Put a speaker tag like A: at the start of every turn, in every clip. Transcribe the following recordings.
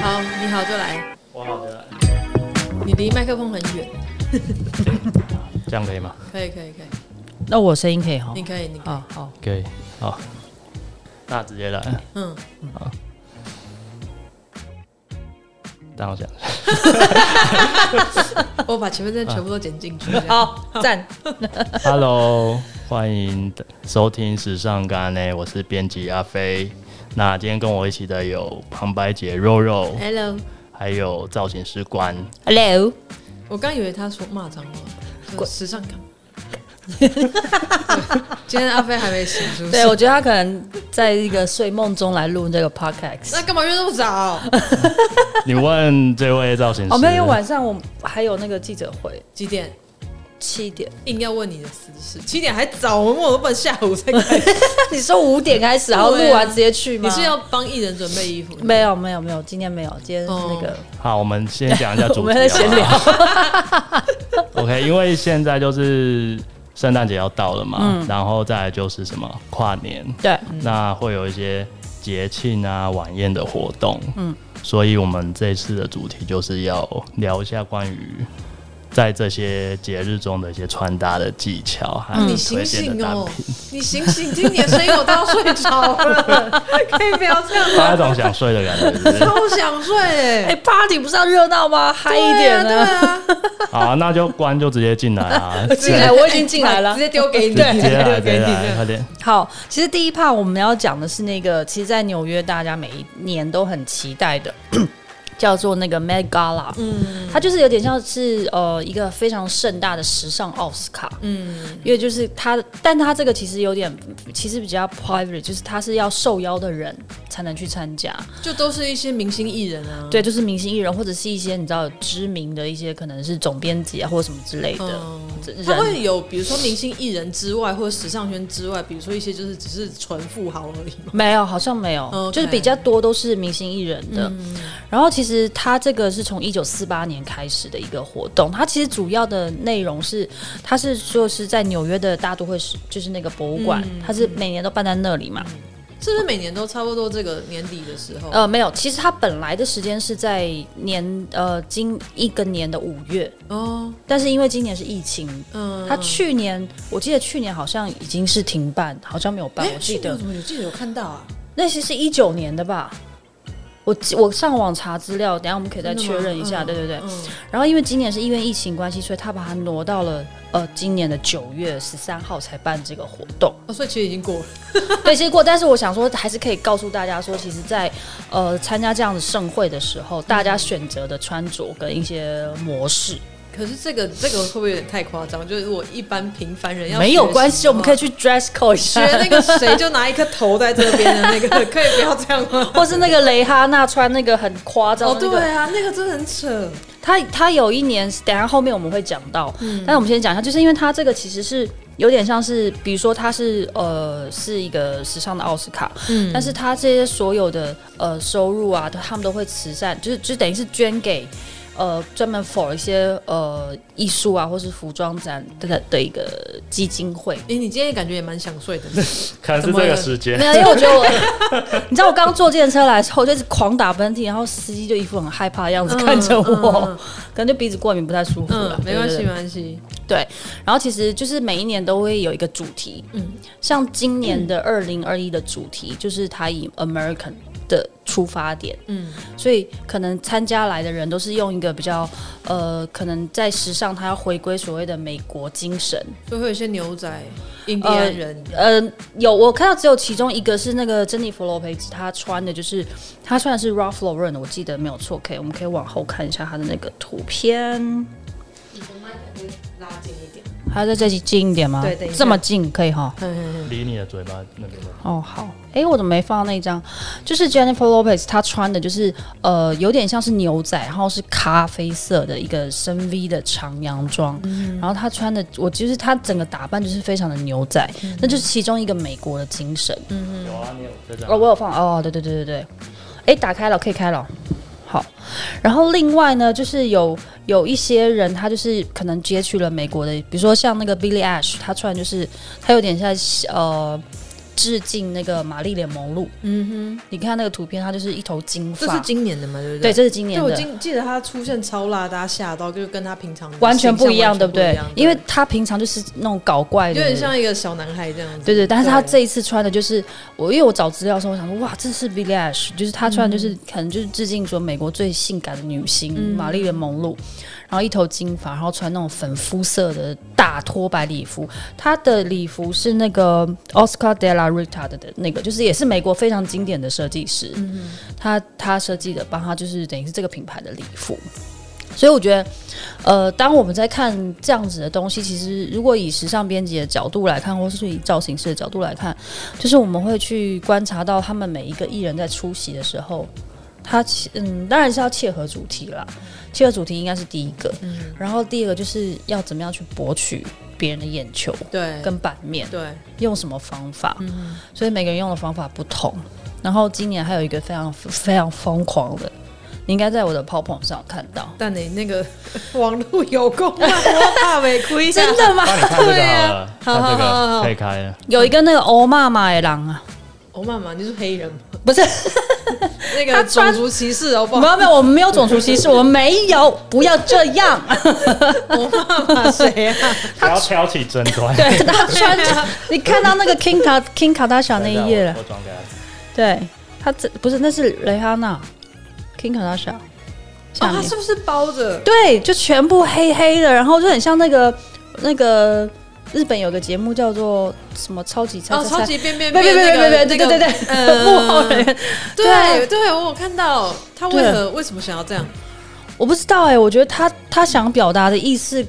A: 好，你好就来，
B: 我好的，
A: 你离麦克风很远，
B: 这样可以吗？
A: 可以可以可以，
C: 那我声音可以哈
A: 你？可以你可以，
C: 好好，
B: 可以，好，那直接来，
A: 嗯，
B: 让我想一下，
A: 我把前面这全部都剪进去，这样
C: 好赞，
B: Hello，欢迎收听《时尚干呢》，我是编辑阿飞。那今天跟我一起的有旁白姐肉肉，
A: ，Hello，
B: 还有造型师关。
C: Hello，
A: 我刚以为他说骂脏话，就是时尚感。 今天阿飞还没醒，是不是？
C: 对我觉得他可能在一个睡梦中来录这个 podcast
A: 那。干嘛约那么早？
B: 你问这位造型师，
C: 哦，没有，因为晚上我还有那个记者会，
A: 几点？
C: 七点。
A: 硬要问你的私事，七点还早，我们我都本下午才 开始。
C: 你说五点开始，然后录完直接去吗？
A: 你是要帮艺人准备衣服？
C: 没有没有没有，今天没有，今天是那个
B: 好，我们先讲一下
C: 我
B: 主题
C: 们在闲
B: 好不好 OK，因为现在就是圣诞节要到了嘛，
C: 嗯
B: 然后再来就是什么跨年，
C: 对，
A: 嗯
B: 那会有一些节庆啊、晚宴的活动。嗯，所以我们这次的主题就是要聊一下关于在这些节日中的一些穿搭的技巧，还有
A: 嗯
C: 嗯
A: 你醒
B: 推荐
A: 醒
B: 的单
A: 哦
B: 品。！
A: 你醒醒，听你的声音我都要睡着 了，可以不要这样
B: 大家
A: 吗？
B: 总想睡的感觉是不 是，
A: 超想睡哎、
C: 哎，party 不是要热闹吗？嗨一点
A: 对
C: 呢。
A: 啊， 对啊
B: 好啊，那就关就直接进来 啊，
C: 进来，我已经进来了
A: 直。接丢给你，
C: 对
B: 直
A: 直
B: 接
A: 接
B: 啊
A: 丢
B: 来，直接
A: 给你
B: 来，快
A: 的。
B: 点。
C: 好，其实第一趴我们要讲的是那个，其实，在纽约大家每一年都很期待的， 叫做那个 Met Gala，嗯，它就是有点像是呃一个非常盛大的时尚奥斯卡，
A: 嗯，
C: 因为就是它，但它这个其实有点，其实比较 private，就是它是要受邀的人才能去参加，
A: 就都是一些明星艺人啊，
C: 对，就是明星艺人或者是一些你知道知名的一些可能是总编辑啊或者什么之类的。
A: 嗯，他
C: 人
A: 会有比如说明星艺人之外，或者时尚圈之外，比如说一些就是只是纯富豪而 已嘛。
C: 没有，好像没有
A: OK 嗯
C: 就是比较多都是明星艺人的。然后其实它这个是从一九四八年开始的一个活动，它其实主要的内容是，它是说是在纽约的大都会是就是那个博物馆，
A: 嗯
C: 它是每年都办在那里嘛。
A: 是不是每年都差不多这个年底的时候？
C: 呃，没有，其实它本来的时间是在年呃今一个年的五月，
A: 哦，
C: 但是因为今年是疫情。
A: 嗯，
C: 它去年，我记得去年好像已经是停办，好像没有办，
A: 哎，
C: 我
A: 去
C: 记
A: 年
C: 得
A: 我怎么有记得有看到啊？
C: 那些是一九年的吧？我记我上网查资料，等一下我们可以再
A: 真的吗
C: 确认一下，
A: 嗯
C: 对对对。
A: 嗯，
C: 然后因为今年是因为疫情关系，所以他把它挪到了呃今年的九月十三号才办这个活动。
A: 哦，所以其实已经过了。
C: 对，其实过，但是我想说，还是可以告诉大家说，其实在，呃参加这样的盛会的时候，大家选择的穿着跟一些模式
A: 可是这个这个会不会有点太夸张？就是我一般平凡嗯人要
C: 没有
A: 学习
C: 关系，我们可
A: 的
C: 以去 dress code 一下
A: 话。学那个谁就拿一颗头在这边的那个， 可以不要这样吗？
C: 或是那个蕾哈娜穿那个很夸张、
A: 哦，
C: 那个，
A: 对啊，那个真的很扯。
C: 他他有一年，等一下后面我们会讲到，
A: 嗯
C: 但是我们先讲一下，就是因为他这个其实是有点像是，比如说他是呃是一个时尚的奥斯卡，
A: 嗯
C: 但是他这些所有的呃收入啊，他们都会慈善，就是就等于是捐给呃专门 for 一些呃艺术啊或是服装展的的一个基 金会。
A: 诶，你今天感觉也蛮想 睡的，
B: 可能是这个时间
C: 没，有，因为我觉得我，你知道我刚坐电车来的时候，我就是狂打喷嚏，然后司机就一副很害怕的样子看着我，可能就鼻子过敏不太舒服了
A: 嗯，。没关
C: 对
A: 系，
C: 对对
A: 没关系。
C: 对，然后其实就是每一年都会有一个主题，嗯，像今年的二零二一的主题就是它以 American 的出发点，
A: 嗯，
C: 所以可能参加来的人都是用一个比较呃，可能在时尚它要回归所谓的美国精神，
A: 就会有一些牛仔、印第安人，
C: 呃，有我看到只有其中一个是那个珍妮弗洛佩兹，她穿的就是她穿的是 Ralph Lauren，的我记得没有错，可以我们可以往后看一下她的那个图片。
A: 拉近一点。
C: 还要在这里近一点吗？
A: 对等一下
C: 这么近可以哈。
A: 嗯，
B: 离你的嘴巴那边吧。
C: 哦，好，诶，我怎么没放那一张？就是 Jennifer Lopez 她穿的就是呃，有点像是牛仔，然后是咖啡色的一个深 V 的长洋装，然后她穿的，我就是她整个打扮就是非常的牛仔，那就是其中一个美国的精神。
B: 有啊，你有这张
C: 哦，我有放哦，对对对对对，诶，打开了，可以开了。好，然后另外呢，就是有有一些人，他就是可能截取了美国的，比如说像那个 Billy Ash，他穿的就是他有点像呃致敬那个玛丽莲梦露。
A: 嗯
C: 你看那个图片，她就是一头金
A: 哼，这是
C: 发，
A: 今年的嘛，对不
C: 对，
A: 对？
C: 这是今年
A: 但我
C: 的。
A: 记记得他出现超辣，大家吓到，就跟他平常的
C: 完全不一样，
A: 形象
C: 对不
A: 完
C: 对
A: 全？不一样
C: 因为她平常就是那种搞怪
A: 有
C: 的，
A: 点像一个小男孩这样子。
C: 对对，但是他
A: 对
C: 这一次穿的就是我，因为我找资料的时候，我想说，哇，这是 Billie Eilish，就是他穿的就是、可能就是致敬说美国最性感的女
A: 嗯
C: 星玛丽莲梦露，然后一头金发，然后穿那种粉肤色的大拖白礼服，她的礼服是那个 Oscar de la Renta 的的那个，就是也是美国非常经典的设计师，
A: 嗯
C: 他他设计的，帮他就是等于是这个品牌的礼服。所以我觉得，呃，当我们在看这样子的东西，其实如果以时尚编辑的角度来看，或是以造型师的角度来看，就是我们会去观察到他们每一个艺人在出席的时候，他其嗯，当然是要切合主题啦，切合主题应该是第一个，然后第二个就是要怎么样去博取别人的眼球
A: 对
C: 跟版面，
A: 对，
C: 用什么方法，所以每个人用的方法不同。然后今年还有一个非常非常疯狂的，你应该在我的 PowerPoint 上看到。
A: 但你那个网络有够慢，我怕被亏的。
C: 真的吗？
B: 帮你看这个好
A: 对
B: 了，看
A: 好
B: 这
A: 好好
B: 个
A: 好
B: 可以开了。
C: 有一个那个欧妈妈的狼啊，
A: 欧曼玛，你是黑人吗？
C: 不是，
A: 那
C: 他
A: 个
C: 穿
A: 种族歧视哦，不
C: 没
A: 好
C: 有没有，我们没有种族歧视，我们没有，不要这样。
A: 欧曼玛谁啊？
B: 不要挑起争 端。
C: 对他穿着，你看到那个 King 卡 King 卡达小那一页了
B: 我，我转给他。
C: 对他这不是那是蕾哈娜 King 卡达小下
A: 哦，他
C: 面，
A: 是不是包着？
C: 对，就全部黑黑的，然后就很像那个那个日本有个节目叫做什么超级超
A: 哦，超级变变
C: 别别
A: 变那
C: 别别
A: 个，
C: 别，对对对对，
A: 呃
C: 幕后人员。对
A: 对对，我有看到他为何为什么想要这样？
C: 我不知道哎、我觉得他他想表达的意思，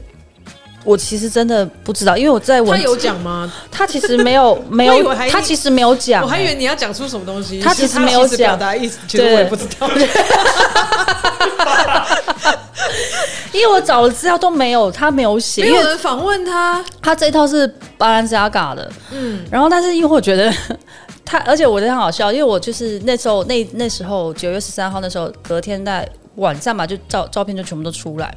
C: 我其实真的不知道，因为我在文
A: 他有讲吗？
C: 他其实 没有没
A: 我以
C: 有
A: 为还
C: 他其实没有讲、
A: 我还以为
C: 哎
A: 你要讲出什么东西，
C: 他
A: 是
C: 其实没有
A: 其实表
C: 讲
A: 达意思，其实我
C: 对
A: 也不知道。
C: 欸因为我找了资料都没有，他没有写，
A: 没
C: 因
A: 有
C: 为
A: 人访问他，
C: 他这一套是巴兰加嘎的，
A: 嗯，
C: 然后但是因为我觉得他，而且我觉得很好笑，因为我就是那时候那那时候九月十三号那时候隔天在。晚上嘛，就照照片就全部都出来，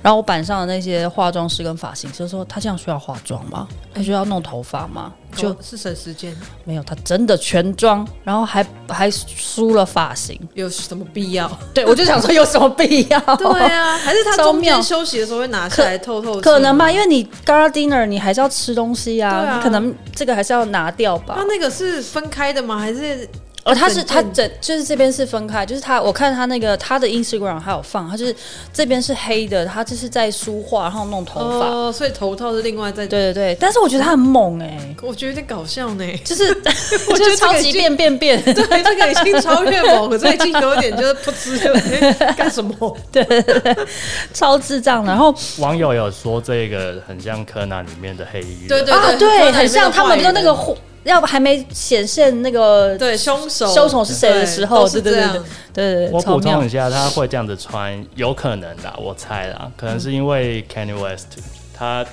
C: 然后我板上的那些化妆师跟发型师说，他这样需要化妆吗？他需要弄头发吗？就
A: 就是省时间，
C: 没有，他真的全妆，然后还还梳了发 型。
A: 有什么必 要？
C: 对，我就想说有什么必要？
A: 对啊，还是他
C: 超
A: 中
C: 妙
A: 间休息的时候会拿下来透透气，
C: 可能吧，因为你 gala dinner 你还是要吃东西啊，
A: 对啊
C: 你可能这个还是要拿掉
A: 他
C: 吧。
A: 那个是分开的吗？还是
C: 哦，他是
A: 整
C: 他
A: 件
C: 整就是这边是分开，就是他我看他那个他的 Instagram 还有放，他就是这边是黑的，他就是在梳化，然后弄头发。
A: 哦，所以头套是另外在。
C: 对对对，但是我觉得他很猛哎、
A: 我觉得有点搞笑呢，
C: 就是
A: 我觉得
C: 就是
A: 这
C: 超
A: 个已
C: 级
A: 经
C: 变变变。
A: 对，这个已经超越 我，我这已经有点就是噗嗤，就是干什么？
C: 超智障的。然后
B: 网友有说这个很像柯南里面的黑衣人，
A: 对对
C: 啊，对，很像他们
A: 的
C: 的那个互要不还没显现那个
A: 对凶手
C: 凶手是谁的时候，
A: 对
C: 对
A: 都是这
C: 对对
A: 样
C: 对对对，
B: 我
C: 超
B: 补
C: 妙
B: 充一。下，他会这样 子穿，有可能啦，我猜啦，可能是因为 Kanye West 他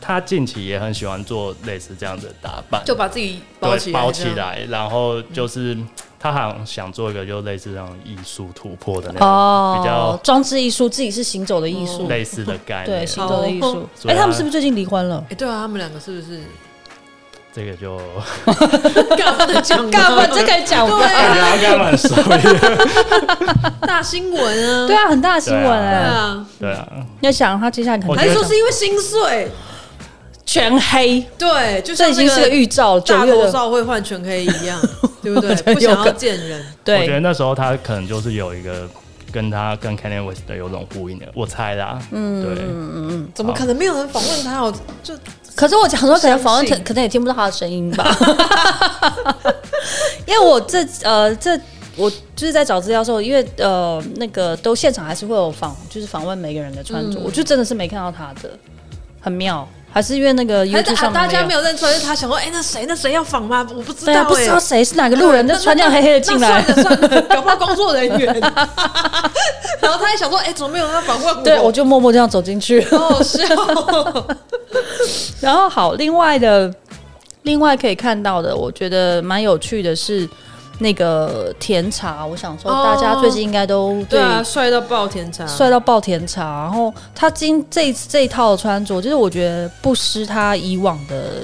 B: 他近期也很喜欢做类似这样子的打扮，
A: 就把自己包起
B: 对
A: 来，
B: 包起。来，然后就是他好像想做一个就类似那种艺术突破的那种比
C: 哦
B: 较，
C: 装置艺术自己是行走的艺
A: 嗯
C: 术，
B: 类似的概
C: 对，
B: 念，
C: 行走的艺术
A: 哦。
B: 所
C: 哎，
B: 以
C: 他们
B: 他
C: 是不是最近离婚了
A: 哎、？对啊，他们两个是不是？
B: 这个就
A: 干嘛讲？
C: 干嘛这？个讲
A: 对
C: 吧？
A: 啊
B: 感觉好像蛮熟悉，
A: 大新闻啊！
C: 对啊，很大的新闻
A: 对
C: 哎！
A: 啊，
B: 对啊，
C: 要想他接下来可能
B: 我
A: 还
B: 觉
A: 是
B: 得
A: 说是因为心碎？
C: 全黑，
A: 对，就像
C: 这已经是个
A: 那
C: 预兆了。九
A: 大
C: 月
A: 头
C: 的
A: 照会换全黑一 样，对不对
C: 我觉？得
A: 不想
C: 有可
A: 要见人，
B: 我觉得
C: 对，
B: 那时候他可能就是有一个跟他跟 Kanye West 有种呼应的，我猜啦。嗯，对，
A: 怎么可能没有人访问他？哦，就
C: 可是我很多可能访问
A: 相
C: 可
A: 信
C: 可能也听不到他的声音吧， 因为我这呃这。我就是在找资料的时候，因为呃，那个都现场还是会有访，就是访问每个人的穿
A: 嗯
C: 着，我就真的是没看到他的，很妙。还是因为那个 y
A: 还
C: o u t
A: 是
C: u 上
A: 啊，
C: 面
A: 大家
C: 没
A: 没
C: 有，
A: 有认出来，就是他想说，哎、那谁那谁要访吗？我不知道、
C: 对
A: 哎，
C: 啊，不知道谁是哪个路人，就穿这样黑黑的进来
A: 那。算了算了，搞不好工作人员。然后他还想说，哎、怎么没有人要访问我？
C: 对，我就默默这样走进去。
A: 好好笑哦。
C: 然后好，另外的，另外可以看到的，我觉得蛮有趣的是那个甜茶。我想说，
A: 哦
C: 大家最近应该都
A: 对啊，帅到爆天才，
C: 帅到爆甜茶。然后他今这一这一套穿着，就是我觉得不失他以往的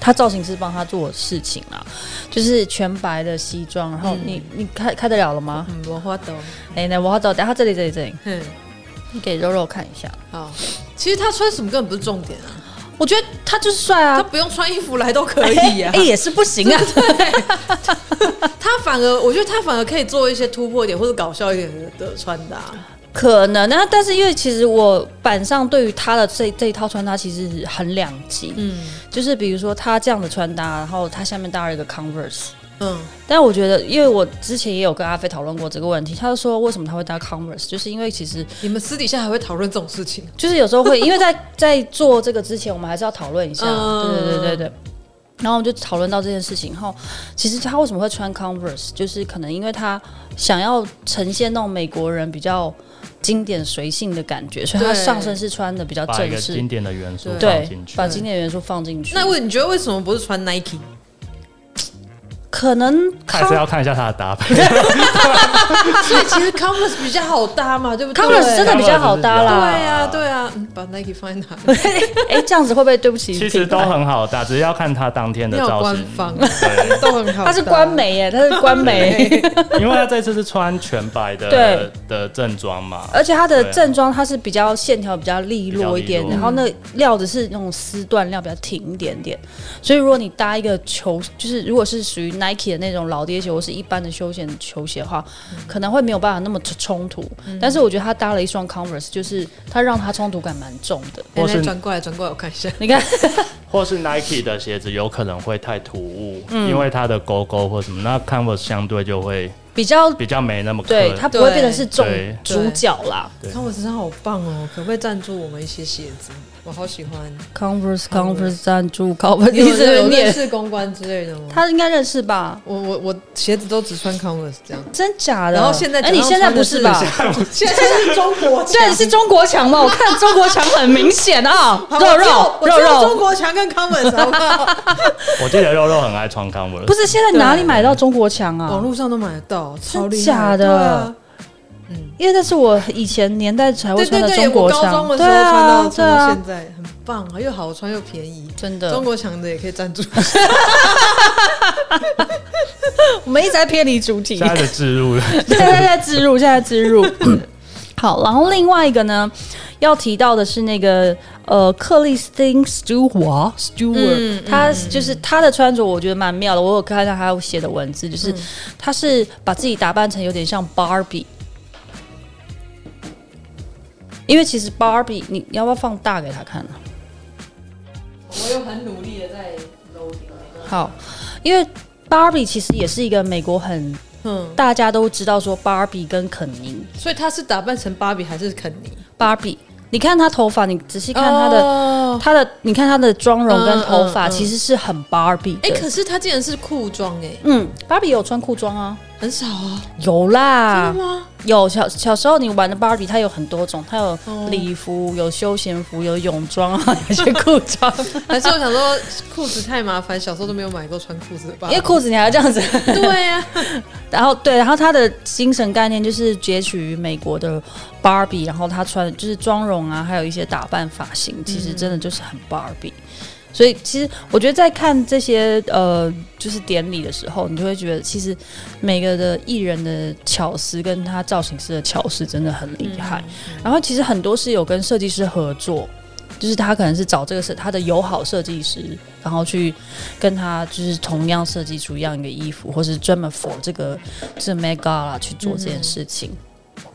C: 他造型师帮他做的事情啦，就是全白的西装，然后你、你开开得了了 吗？
A: 嗯，我花懂，
C: 哎、来，我要找，等下这里这里这里，
A: 嗯，
C: 你给肉肉看一下。
A: 好。其实他穿什么根本不是重点啊，
C: 我觉得他就是帅
A: 他
C: 啊，
A: 不用穿衣服来都可以呀、
C: 哎、也是不行啊。
A: 他反而，我觉得他反而可以做一些突破一点或者搞笑一点的穿搭。
C: 可能那但是因为其实我板上对于他的这这一套穿搭其实很两极，
A: 嗯
C: 就是比如说他这样的穿搭，然后他下面搭了一个 Converse。
A: 嗯
C: 但我觉得，因为我之前也有跟阿飞讨论过这个问题，他就说为什么他会搭 Converse，就是因为其实
A: 你们私底下还会讨论这种事情？
C: 就是有时候会，因为在 在做这个之前，我们还是要讨论一下，
A: 嗯
C: 对对对对对。然后我们就讨论到这件事情后，其实他为什么会穿 Converse，就是可能因为他想要呈现那种美国人比较经典随性的感觉，所以他
A: 对
C: 上身是穿的比较
B: 把一
C: 正
B: 个
C: 式
B: 经，典的元素放
C: 对
B: 进，去
C: 把。经典元素放进去。
A: 那为你觉得为什么不是穿 Nike？
C: 可能
B: 还是
C: Con-
B: 要看一下它的搭配，
A: 所以其实 Converse 比较好搭嘛，对不对
C: Converse 真的比较好搭
A: 对
B: 搭
C: 啦。
A: 呀、对呀、嗯把 Nike 放在哪里？
C: 哎、这样子会不会对不起？
B: 其实都很好搭，只是要看它当天的
A: 要
B: 造
A: 官
B: 型。
A: 方啊
B: 对，
A: 都很好搭。啊哎
C: 他是官媒耶，他是官 媒。
B: 因为它这次是穿全白的
C: 对
B: 的正装嘛，
C: 而且它的
B: 对啊
C: 正装它是比较线条比较利落一点
B: 比，较利
C: 然
B: 落
C: 后那料子是那种丝缎料比较挺一点点，所以如果你搭一个球，就是如果是属于 Nike 的那种老爹鞋或是一般的休闲球鞋的话，可能会没有办法那么冲突。但是我觉得他搭了一双 Converse，就是它让它冲突感蛮重的。
A: 哎
B: 或是
A: 来转过来，转过来，我看一下。
C: 你看，
B: 或是 Nike 的鞋子有可能会太突兀，
C: 嗯
B: 因为它的勾勾或什么，那 Converse 相对就会
C: 比较
B: 比较没那么
C: 对
B: 刻
C: 它不会
A: 对
C: 变成是重
B: 对
C: 主角啦。
B: 对
A: Converse 真的好棒哦，可不可以赞助我们一些鞋子？我好喜 欢。
C: Converse
A: Converse
C: Converse 赞助 Converse，
A: 有
C: 一直
A: 有认
C: 念，
A: 识公关之类的吗？
C: 他应该认识吧？
A: 我我我鞋子都只穿 Converse 这样。
C: 真假的？
A: 然后现在
C: 哎，你
A: 假装
C: 现在
A: 穿的
C: 不是吧
A: 是？现在是中国
C: 虽然是中国强嘛，我看中国强很明显啊，
A: 好我
C: 肉肉
A: 知道
C: 肉
A: 我知道中
C: 肉，
A: 国强跟 Converse 好不好？
B: 我记得肉肉很爱穿 Converse，
C: 不是现在哪里买到中国强啊？
A: 网络上都买得到，超厉害。
C: 假的
A: 对啊
C: 因为那是我以前年代才会
A: 对
C: 穿
A: 对
C: 的
A: 对，
C: 中
A: 我
C: 国
A: 高中
C: 强，
A: 的时
C: 对
A: 候穿
C: 啊
A: 到
C: 对
A: 穿到
C: 啊
A: 现，在，很棒啊，又好穿又便宜。
C: 真
A: 中
C: 的，
A: 国强的也可以赞助，
C: 我们一直在偏离主题
B: 现，在的置入了，
C: 现在在植入，现在 植入。好，然后另外一个呢，要提到的是那个呃，克里斯汀·斯图华 （Stewart），、
A: 嗯
C: 他就是他的穿着，我觉得蛮妙的。我有看到他写的文字，
A: 嗯
C: 就是、他是把自己打扮成有点像 Barbie，因为其实 Barbie，你你要不要放大给他看呢、啊
A: 我又很努力的在楼顶。
C: 好，因为 Barbie 其实也是一个美国很
A: 嗯，
C: 大家都知道说 Barbie 跟肯尼
A: 所以他是打扮成芭比还是肯尼？
C: Barbie，你看他头发，你仔细看他的。
A: 哦
C: 他的，你看他的妆容跟头
A: 嗯
C: 发，
A: 嗯嗯
C: 其实是很 Barbie
A: 哎、
C: 的。
A: 可是他竟然是裤装哎、
C: 嗯，Barbie 有穿裤装啊，
A: 很少啊，
C: 有啦
A: 真，的吗？
C: 有小小时候你玩的 Barbie，它有很多种，它有
A: 哦
C: 礼服、有休闲服、有泳装啊， 有些裤 装。
A: 还是我想说裤子太麻烦，小时候都没有买过穿裤子的吧
C: 因？为裤子你还要这样子，
A: 对 呀、啊，
C: 然后对，然后它的精神概念就是截取于美国的 Barbie，然后她穿的就是妆容啊，还有一些打扮、发型，其实真的就是很 Barbie。所以其实我觉得在看这些呃，就是典礼的时候，你就会觉得其实每个的艺人的巧思跟他造型师的巧思真的很厉
A: 嗯
C: 害。然后其实很多是有跟设计师合作。就是他可能是找这个设他的友好设计师，然后去跟他就是同样设计出一样一个衣服，或是专门 for 这个这 m e g a 啦去做这件事情。
A: 嗯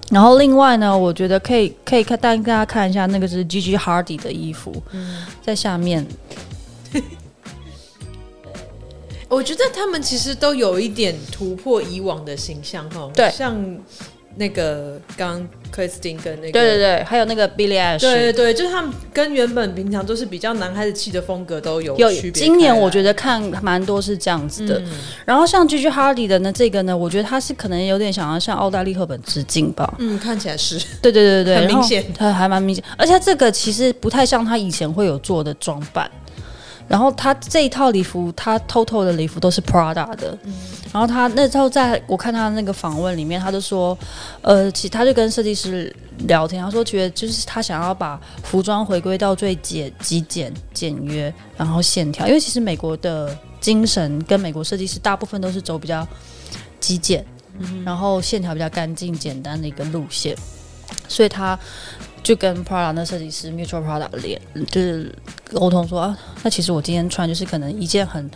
C: 然后另外呢，我觉得可以可以看带大家看一下那个是 Gigi Hardy 的衣服，
A: 嗯
C: 在下面
A: 我觉得他们其实都有一点突破以往的形象哈，
C: 对
A: 像那个刚刚 c h r i s t i n 跟那个
C: 对对对，还有那个 Billie Eilish。
A: 对对对，就是他们跟原本平常都是比较男孩子气的风格都有
C: 有
A: 区别开来。嗯
C: 今年我觉得看蛮多是这样子的，然后像 Gigi Hardy 的呢，这个呢，我觉得他是可能有点想要向奥黛丽赫本致敬吧。
A: 嗯，看起来是
C: 对对对对对，
A: 很明
C: 然后
A: 显
C: 它还蛮明显，而且这个其实不太像他以前会有做的装扮。然后她这一套礼服，她 total 的礼服都是 Prada 的。
A: 嗯
C: 然后她那时候在我看她那个访问里面，她就说，呃，其她就跟设计师聊天，她说觉得就是她想要把服装回归到最简、极简、简约，然后线条，因为其实美国的精神跟美国设计师大部分都是走比较极简，
A: 嗯
C: 然后线条比较干净、简单的一个路线，所以她就跟 Prada 那设计师 Mutual Prada 联就是沟通说啊，那其实我今天穿就是可能一件很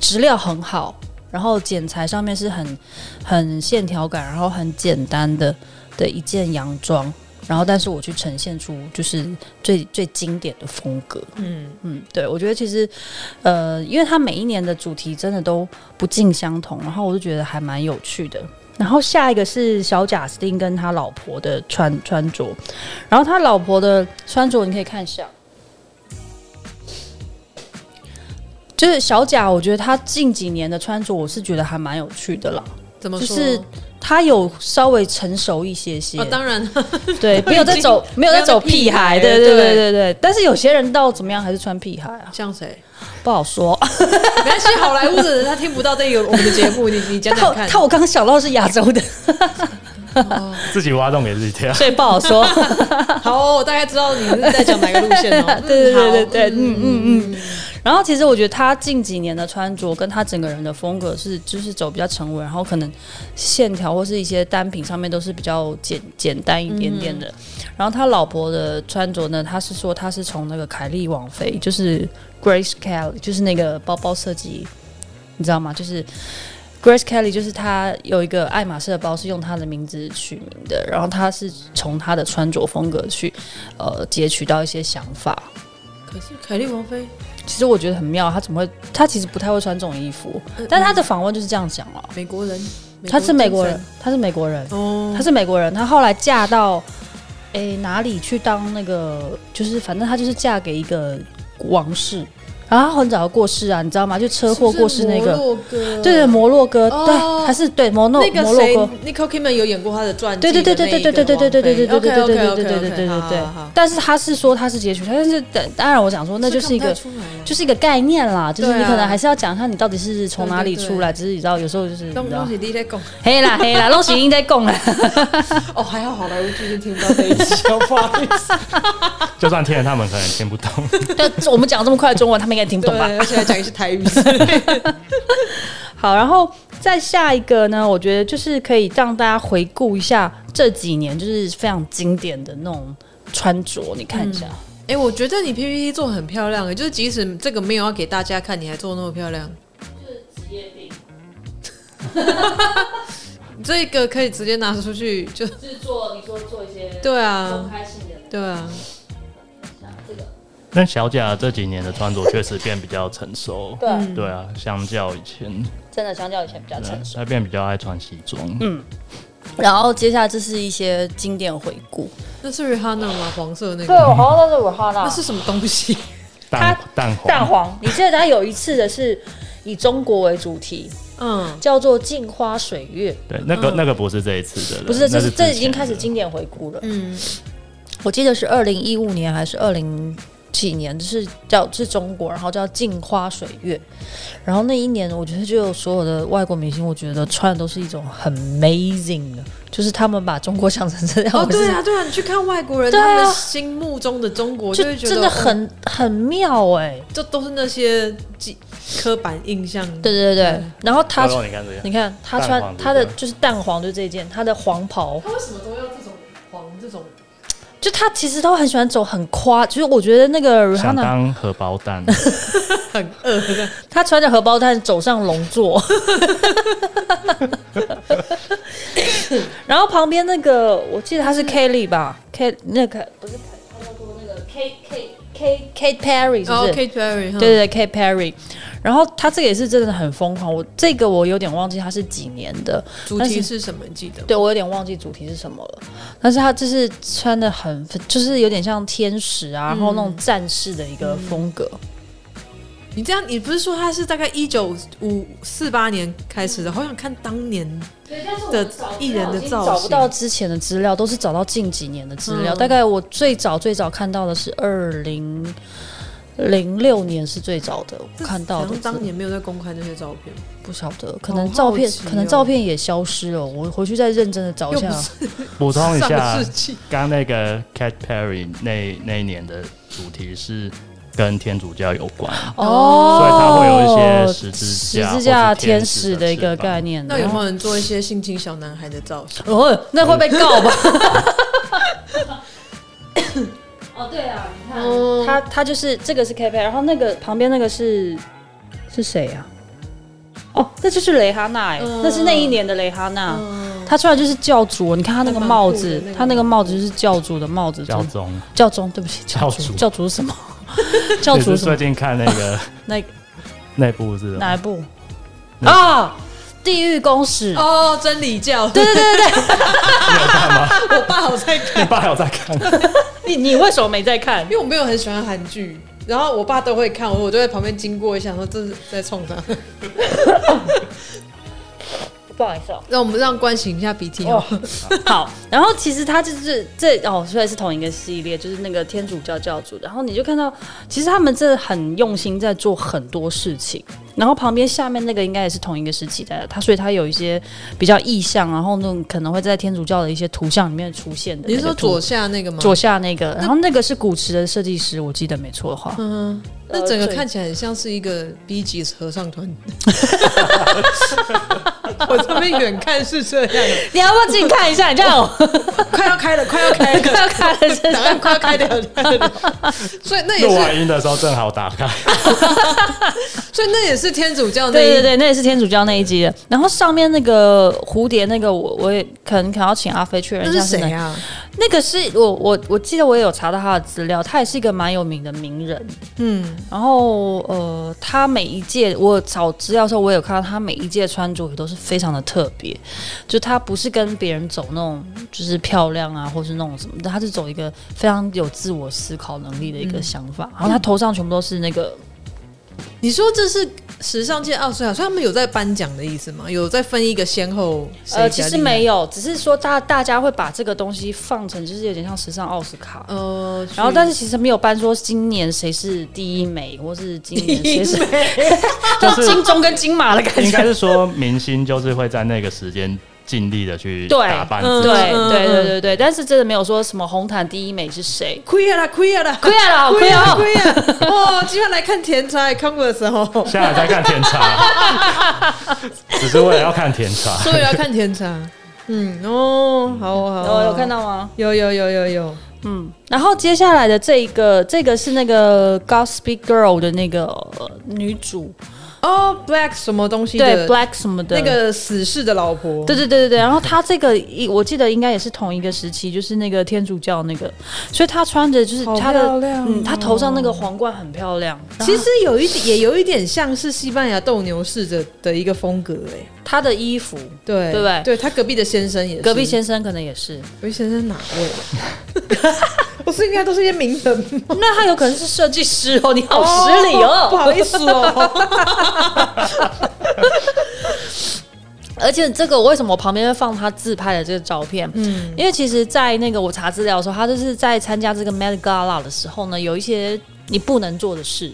C: 质量很好，然后剪裁上面是很很线条感，然后很简单的的一件洋装，然后但是我去呈现出就是最最经典的风格。
A: 嗯，
C: 嗯，对，我觉得其实，呃，因为它每一年的主题真的都不尽相同，然后我就觉得还蛮有趣的。然后下一个是小贾斯汀跟他老婆的穿穿着，然后他老婆的穿着你可以看一下，就是小贾，我觉得他近几年的穿着我是觉得还蛮有趣的啦，
A: 怎么
C: 就
A: 说？
C: 是他有稍微成熟一些些，
A: 哦，当然了，
C: 对，没有在走没有 在走屁孩，
A: 没有在
C: 对对
A: 屁孩
C: 对对对，但是有些人到怎么样还是穿屁孩啊，
A: 像谁？
C: 不好说。
A: 没关系，好莱坞的人他听不到这个我们的节目，你你讲
C: 他
A: 讲
C: 我
A: 看。
C: 他我刚想到是亚洲的，
B: 自己挖洞给自己跳。
C: 所以不好说。。
A: 好哦，我大概知道你是在讲哪个路线哦
C: 对对对对对，
A: 嗯
C: 嗯嗯嗯。然后其实我觉得他近几年的穿着跟他整个人的风格是，就是走比较沉稳，然后可能线条或是一些单品上面都是比较简简单一点点的。
A: 嗯
C: 然后他老婆的穿着呢，他是说他是从那个凯利王妃，就是 Grace Kelly，就是那个包包设计，你知道吗？就是 Grace Kelly，就是她有一个爱马仕的包是用她的名字取名的，然后她是从她的穿着风格去呃截取到一些想法。
A: 嗯可是凯莉王妃，
C: 其实我觉得很妙，她怎么会？她其实不太会穿这种衣服，但她的访问就是这样讲了、
A: 美国人，
C: 她是美国
A: 精
C: 人
A: 神，
C: 她是美国人，
A: 哦，
C: 她是美国人。她后来嫁到诶、哪里去当那个？就是反正她就是嫁给一个王室，然后她很早就过世啊，你知道吗？就车祸过世那
A: 是不是
C: 个。
A: 摩洛哥，
C: 对对，摩洛哥，
A: 哦
C: 对，还是对摩洛
A: 那个
C: 摩洛
A: 谁
C: 哥，
A: ，Nicole Kidman 有演过他的传记
C: 对
A: 的
C: 对
A: 那一
C: 对
A: 个王妃，
C: 对对对对对对对对对对对对对对对对对对对对
A: OK，OK，OK，OK，好。好好
C: 但是他是说他是截取，但是当当然我想说那就是一个
A: 是看不太出来啊
C: 就是一个概念啦，就是你
A: 对啊
C: 可能还是要讲一下你到底是从哪里出来，只是你知道有时候就是你知
A: 东
C: 道
A: 东西你在讲，
C: 黑啦 黑啦，弄起应该供啦。
A: 哦，还好好莱坞最近听不到这一集，不好意思，
B: 就算听了，他们可能听不懂。
C: 但我们讲这么快的中文，他们应该听不
A: 对
C: 懂吧？，
A: 而且还讲一些台语，
C: 好，然后再下一个呢，我觉得就是可以让大家回顾一下这几年就是非常经典的那种穿着，你看一下。
A: 哎、我觉得你 PPT 做得很漂亮、欸，就是即使这个没有要给大家看，你还做得那么漂亮，就是职业病。这个可以直接拿出去，就
C: 就是做你说做一些
A: 对啊，
C: 开性的，
A: 对啊，
B: 但小贾这几年的穿着确实变比较成熟，
C: 对，
B: 对啊，相较以前，
C: 真的相较以前比较
B: 对
C: 成
B: 啊
C: 熟。嗯
B: 他变比较爱穿西装。
C: 然后接下来这是一些经典回顾，
A: 那是 Rihanna 吗？黄色那
C: 对
A: 个，
C: 我好像都哦是我画
A: 那
C: 的
A: 是什么东西？
B: 蛋蛋黄，
C: 蛋黄。你记得他有一次的是以中国为主题，
A: 嗯，
C: 叫做《镜花水月
B: 对，那个那个不是这一次的了，》，
C: 嗯不是，
B: 那
C: 这是
B: 之
C: 这已经
B: 前
C: 开始
B: 的
C: 经典回顾了。
A: 嗯，
C: 我记得是二零一五年还是二零几年，是叫是中国，然后叫《镜花水月》。然后那一年，我觉得就有所有的外国明星，我觉得穿的都是一种很 amazing 的，就是他们把中国想成这样，
A: 哦，
C: 我是
A: 对啊，对啊，你去看外国人，
C: 对啊
A: 他们心目中的中国，就
C: 就
A: 会觉得
C: 真的
A: 哦嗯
C: 很很妙哎、
A: 就都是那些基刻板印象。
C: 对对对，然后他
B: 肉肉你看这个，
C: 你看他
B: 蛋
C: 穿
B: 黄
C: 他
B: 对
C: 的
B: 不对
C: 就是淡黄就这件，他的黄袍，
A: 他为什么都要这种黄这种？
C: 就他其实都很喜欢走很夸，就是我觉得那个
B: 想
C: Rihanna
B: 当荷包 蛋，
C: 他穿着荷包蛋走上龙座， 然后旁边那个我记得他是
A: 嗯
C: Kelly 吧，K 那个不是他叫做那个 K K K Kate Perry 是不
A: 哦
C: 是？
A: ，Kate Perry，哈
C: 对对对，Kate Perry，然后他这个也是真的很疯狂，我这个我有点忘记他是几年的，
A: 主
C: 但
A: 题
C: 是
A: 是什么？你记得吗？
C: 对我有点忘记主题是什么了，但是他就是穿的很，就是有点像天使
A: 嗯
C: 啊，然后那种战士的一个风格。
A: 你这样，你不是说他是大概一九五四八年开始
C: 嗯
A: 的？好想看当年的艺人的造
C: 找不
A: 型。
C: 到之前的资料，都是找到近几年的资料。
A: 嗯
C: 大概我最早最早看到的是二零零六年是最早的，我看到的
A: 好像当年没有在公开那些照片，
C: 不晓得，
A: 好
C: 可能
A: 好
C: 照片、
A: 奇哦
C: 可能照片也消失了，我回去再认真的找一
A: 又
C: 下
A: 不。是
B: 补充一下
A: 上世，纪，
B: 刚那个 Cat Perry 那那一年的主题是跟天主教有关，
A: 哦
B: 所以它会有一些
C: 十
B: 十字
C: 字
B: 架、
C: 架
B: 天
C: 使
B: 的
C: 的一个
B: 翅膀
C: 概。念。
A: 那有没有
C: 哦
A: 人做一些性侵小男孩的造型？
C: 哦，那会被告吧？哦，对啊，你看
A: 哦
C: 他他就是这个是 K 贝，然后那个旁边那个是是谁呀、哦，那就是蕾哈娜、欸，
A: 嗯
C: 那是那一年的蕾哈娜。
A: 嗯
C: 她穿的就是教主，你看她那个帽子
A: 那蛮酷的那，个
C: 她那个帽子就是教主的帽子。
B: 教宗，
C: 教宗，对不起，教
B: 教
C: 主，
B: 主
C: 教主 是什么？教
B: 你
C: 主
B: 是
C: 是什么
B: 最？近看那个
C: 那
B: 那部是吗
C: 哪一部？
B: 那
C: 啊，地狱公使。
A: 哦，真理 教，
C: 对对对对对，
A: 我爸好在看，
B: 你爸有在 看？
C: 你你为什么没在看
A: 因？为我没有很喜欢韩剧，然后我爸都会看，我我就在旁边经过一下，说这是在冲 他。
C: 不好意思哦。
A: 让我们让关醒一下鼻涕
C: 哦
A: 哦。，
C: 好，然后其实他就是这哦，虽然是同一个系列，就是那个天主教教主，然后你就看到，其实他们真的很用心在做很多事情。然后旁边下面那个应该也是同一个时期的，他所以他有一些比较意象，然后那种可能会在天主教的一些图像里面出现的
A: 你
C: 那
A: 是
C: 个
A: 说
C: 图。
A: 左下那个吗？
C: 左，下那个，然后那个是古驰的设计师，我记得没错的话，
A: 嗯，那整个
C: 呃对
A: 看起来很像是一个 B 级合唱 团。 我这边远看是这样，
C: 你要不要近看一下？你这 样哦
A: 快要 开了，快要开了，
C: 快要开了是不是
A: 档案快要开了，快要开了所以那也
B: 录完
A: 是，
B: 音的时候正好打 开，
A: 所以那也是天主教那
C: 对对
A: 一
C: 对，那也是天主教那一集的。然后上面那个蝴蝶那个我，我也可能可能要请阿飞确认
A: 那
C: 一下
A: 是谁
C: 哪
A: 啊？
C: 那个是我我我记得我也有查到他的资料，他也是一个蛮有名的名人。
A: 嗯，
C: 然后呃，他每一届我找资料的时候，我有看到他每一届穿着也都是非常的特别，就他不是跟别人走那种就是漂亮啊，或是那种什么的，他是走一个非常有自我思考能力的一个想法。然后他头上全部都是那个
A: 你说这是时尚界奥斯卡，所以他们有在颁奖的意思吗？有在分一个先后？
C: 呃，其实没
A: 有，
C: 有，只是说大大家会把这个东西放成就是有点像时尚奥斯卡。
A: 呃，
C: 然后，但
A: 是
C: 是其实没有颁说今年谁是第一美，或是今年 谁是
B: 就是
C: 金钟跟金马的感
B: 应
C: 觉
B: 该。是说明星就是会在那个时间尽力的去
C: 对
B: 打扮
A: 嗯
B: 自
C: 对
B: 己。
A: 嗯
C: 对对
A: 嗯
C: 对对，但是真的没有说什么红毯第一美是谁。
A: 亏了啦，亏了啦，
C: 亏了，亏
A: 亏啊
C: 了！
A: 亏啊！哦，今晚来看甜茶看过的时 候，所
B: 现在在看甜茶，只是为了要看甜茶。
A: 以要看甜茶。嗯，哦，好哦好
C: 有
A: 哦，
C: 有看到吗？
A: 有，有有有有
C: 嗯，然后接下来的这一个，这个是那个《Gossip Girl》的那个呃女主，
A: 哦，Black 什么东西
C: 对
A: 的
C: Black 什么的
A: 那个死侍的老婆，
C: 对对对对对，然后他这个一我记得应该也是同一个时期，就是那个天主教那个，所以他穿着就是
A: 好
C: 他的
A: 漂亮
C: 嗯，他头上那个
A: 哦
C: 皇冠很漂亮。
A: 其实有一点，也有一点像是西班牙斗牛士的的一个风格，哎，
C: 他的衣服，
A: 对
C: 对不对
A: 对他隔壁的先生也是，
C: 隔壁先生可能也是，
A: 隔壁先生哪位？ 不是应该都是一些名人吗？
C: 那他有可能是设计师哦，你好失礼 哦，
A: 不好意思 哦。
C: 而且这个我为什么我旁边会放他自拍的这个照片？嗯，因为其实，在那个我查资料的时候，他就是在参加这个 Met Gala 的时候呢，有一些你不能做的事，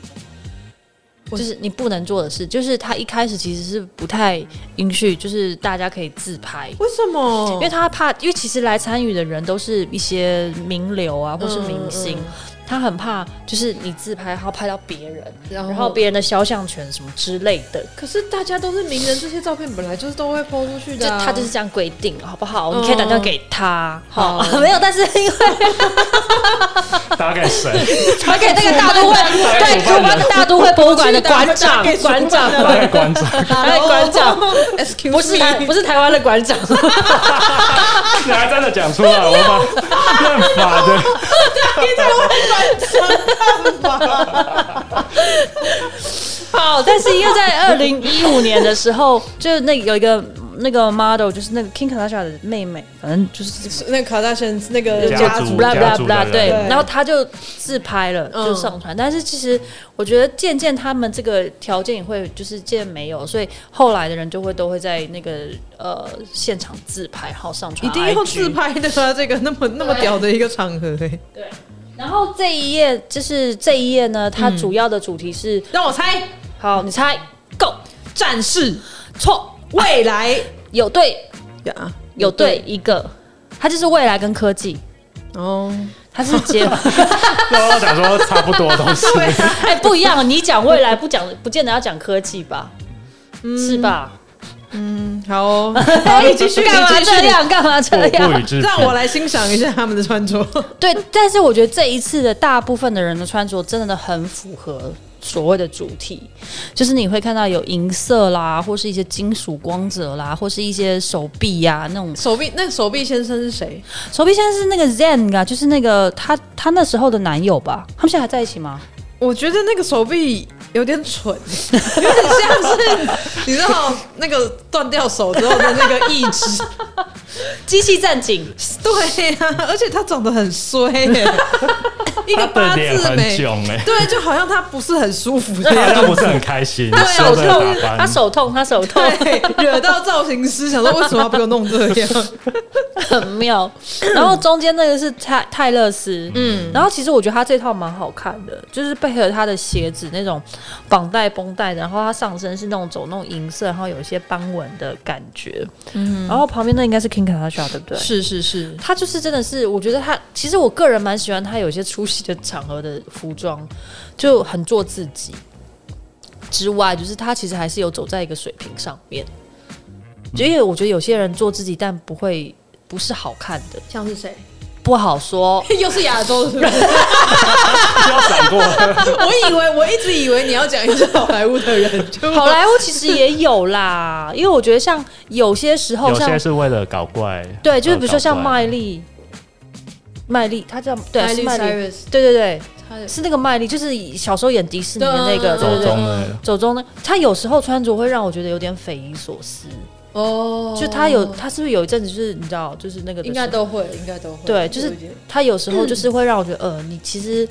A: 我
C: 就是你不能做的事，就是他一开始其实是不太允许，就是大家可以自拍。
A: 为什么？
C: 因为他怕，因为其实来参与的人都是一些名流啊，或是明星，
A: 嗯
C: 他很怕就是你自拍，然后拍到别人，
A: 然后
C: 然后别人的肖像权什么之类的，
A: 可是大家都是名人，这些照片本来就是都会抛出去
C: 就
A: 的啊、
C: 他就是这样规定，好不好？
A: 嗯
C: 你可以打电话给他，好
A: 好，
C: 没有，但是因为
B: 大概谁？
C: 打给那个大都会，对，
B: 主办人
C: 主办的大都会博物馆的馆
A: 打
C: 长
A: 给，主办
C: 馆
A: 人
C: 长，
B: 大概 馆长，
C: 打给馆长，
A: excuse
C: 不是台
A: me，
C: 不是台湾的馆长，
B: 你还真的讲出来，我把认法的。
C: 好，但是因为在二零一五年的时候，就是那有一个那个 model，就是那个 Kim Kardashian 的妹妹，反正就是。
A: 那卡戴珊那个
B: 家
A: 家
B: 族
A: 族
C: 啦啦
B: 家族的
C: 啦，
B: 人
C: 对
A: 对，
C: 然后他就自拍了，
A: 嗯
C: 就上传。但是其实我觉得渐渐他们这个条件也会就是渐渐没有，所以后来的人就会都会在那个呃现场自拍，好上传。
A: 一定要自。拍的啊！这个那么那么屌的一个场合、欸，
C: 对，然后这一页就是这一页呢，它主要的主题是、
A: 让我猜，
C: 好，你猜，Go，
A: 战士
C: 错，
A: 未来
C: 有对
A: 呀，
C: 有嗯对一个，它就是未来跟科技，
A: 哦，
C: 它是结 合，
B: 然后想说差不多的东西，
C: 哎、不一样，你讲未来不讲，不见得要讲科技吧，是吧？
A: 好哦， 好，你继续，
C: 干嘛
A: 你继续
C: 这？样？干嘛这
B: 不不
C: 样
B: 予？置评。
A: 让我来欣赏一下他们的穿着。
C: 对，但是我觉得这一次的大部分的人的穿着真的很符合所谓的主题，就是你会看到有银色啦，或是一些金属光泽啦，或是一些手臂呀、那 种。
A: 手臂，那手臂先生是谁？
C: 手臂现在是那个 Zen 啊，就是那个他他那时候的男友吧？他们现在还在一起吗？
A: 我觉得那个手臂有点蠢， 有点像是你知道那个断掉手之后的那个义肢。
C: 机器战警，
A: 对呀、而且他长得很衰、 一
B: 他
A: 个八
B: 的脸
A: 字
B: 很
A: 眉，
B: 囧哎，
A: 对，就好像他不是很舒服 的
B: 他
A: 样
B: 都
A: 子。
B: 不是很开心，
C: 他
B: 说
C: 手
B: 的
C: 痛，
B: 打
C: 啊他
B: 扮，
C: 手痛，他手 痛，
A: 对，惹到造型师，想说为什么要给我弄这样？
C: 很妙。然后中间那个是泰泰勒斯，嗯，然后其实我觉得他这套蛮好看的，就是配合他的鞋子那种绑带绷带的，然后他上身是那种走那种银色，然后有一些斑纹的感觉。嗯，然后旁边那应该是 King Kardashian 对不 对？
A: 是是是，
C: 他就是真的是，我觉得他其实我个人蛮喜欢他有些出席的场合的服装，就很做自己。之外，就是他其实还是有走在一个水平上面，就因为我觉得有些人做自己，但不会不是好看的，
A: 像是谁？
C: 不好说。
A: 又是亚洲， 是不是？
B: 不要闪过。
A: 我以为我一直以为你要讲一些好莱坞的 人，就
C: 好莱坞其实也有啦，因为我觉得像有些时候
B: 有
C: 像
B: 些是为了搞怪，
C: 对，就是比如说像
B: 搞怪
C: 麦丽，麦丽，她叫对是麦丽，
A: Cyrus，
C: 对对对，
A: 他的
C: 是那个麦丽，就是小时候演迪士尼的那
A: 对
C: 个，对
B: 走
C: 对对
B: 中。的
C: 走中呢，他有时候穿着会让我觉得有点匪夷所思。
A: 哦，
C: 就他有，他是不是有一阵子就是你知道，就是那个的
A: 应该
C: 时候
A: 都会，应该都会，
C: 对就是
A: 有一点
C: 他有时 候就是会让我觉得，呃，你其实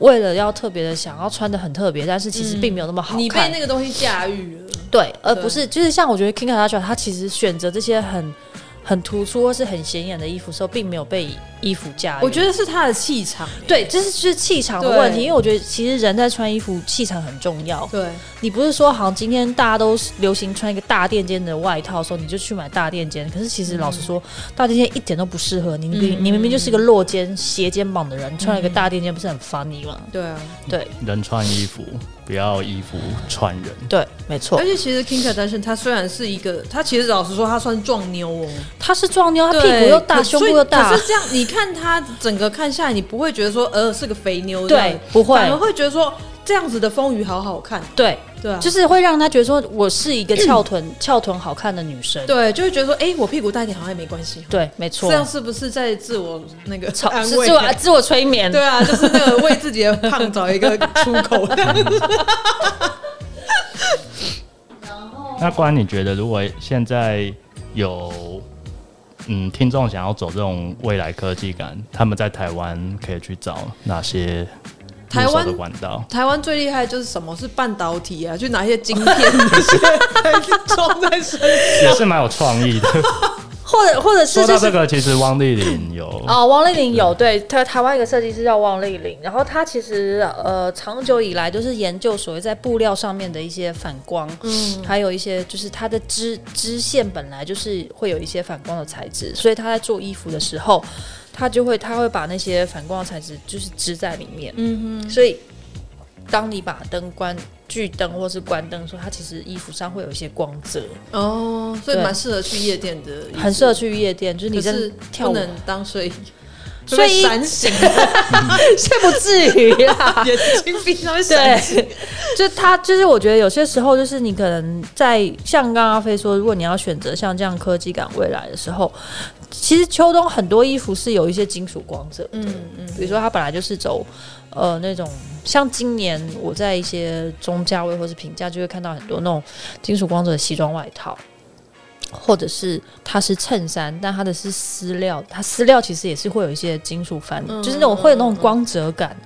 C: 为了要特别的想要穿的很特别，但是其实并没有那么好
A: 嗯你被
C: 看。
A: 那个东西驾驭了，
C: 对，而
A: 对
C: 不是就是像我觉得 King Kardashian 他其实选择这些很很突出或是很显眼的衣服的时候，并没有被衣服驾驭。
A: 我觉得是他的气场，
C: 对，这是就是气场的
A: 对
C: 问题，因为我觉得其实人在穿衣服气场很重要。
A: 对，
C: 你不是说好像今天大家都流行穿一个大垫肩的外套的时候，你就去买大垫肩？可是其实老实说，大垫肩一点都不适合你。你明、你明明就是个落肩、斜肩膀的人，穿了一个大垫肩，不是很 funny 吗？
A: 对啊，
C: 对
B: 人穿衣服，不要衣服穿人。
C: 对，没错
A: 而，且其实 Kim Kardashian 她虽然是一个，她其实老实说，她算壮妞哦，
C: 她是壮妞，她
A: 对
C: 屁股又大，
A: 可
C: 胸部又
A: 所
C: 大
A: 以可，是这样，你看她整个看下来，你不会觉得说，呃，是个肥妞这样
C: 对
A: 子，，
C: 不会
A: 反，而会觉得说这样子的风雨好好看，
C: 对，嗯
A: 对啊，
C: 就是是会让她觉得说我是一个翘臀、翘臀好看的女生。
A: 对，就会觉得说，哎、我屁股大一点好像也没关系，
C: 对，没错
A: 这，样是不是在自我那个
C: 超
A: 安
C: 是
A: 慰？
C: 自我自我催眠。
A: 对啊，就是那个为自己的胖找一个出 口。
B: 那关，你觉得如果现在有嗯听众想要走这种未来科技感，他们在台湾可以去找哪些入
A: 台
B: 手
A: 湾
B: 的管道？
A: 台湾最厉害就是什么是半导体啊，去拿一些晶片那些装在身上。
B: 也是蛮有创意 的。
C: 或者或者是
B: 说
C: 就
B: 到
C: 是
B: 这个，其实汪丽玲有
C: 哦，汪丽玲有对，她台湾一个设计师叫汪丽玲，然后她其实呃长久以来就是研究所谓在布料上面的一些反光，嗯，还有一些就是它的织织线本来就是会有一些反光的材质，所以她在做衣服的时候，她就会她会把那些反光的材质就是织在里面，嗯哼，所以当你把灯关。聚灯或是关灯的时候，它其实衣服上会有一些光泽，
A: 哦，所以
C: 对
A: 蛮适合去夜店的意思，
C: 很适合去夜店，就是
A: 可
C: 你在
A: 是
C: 跳
A: 不
C: 舞，
A: 能 当睡衣，会
C: 睡
A: 被
C: 衣
A: 闪 醒，
C: 这不至于啦，
A: 眼睛闭上会闪醒。
C: 对，就他就是我觉得有些时候就是你可能在像刚刚阿飞说，如果你要选择像这样科技感未来的时候，其实秋冬很多衣服是有一些金属光泽的，嗯嗯，比如说它本来就是走呃那种像今年我在一些中价位或是平价就会看到很多那种金属光泽的西装外套。或者是它是衬衫，但它的是丝料，它丝料其实也是会有一些金属反，就是那种会有那种光泽感。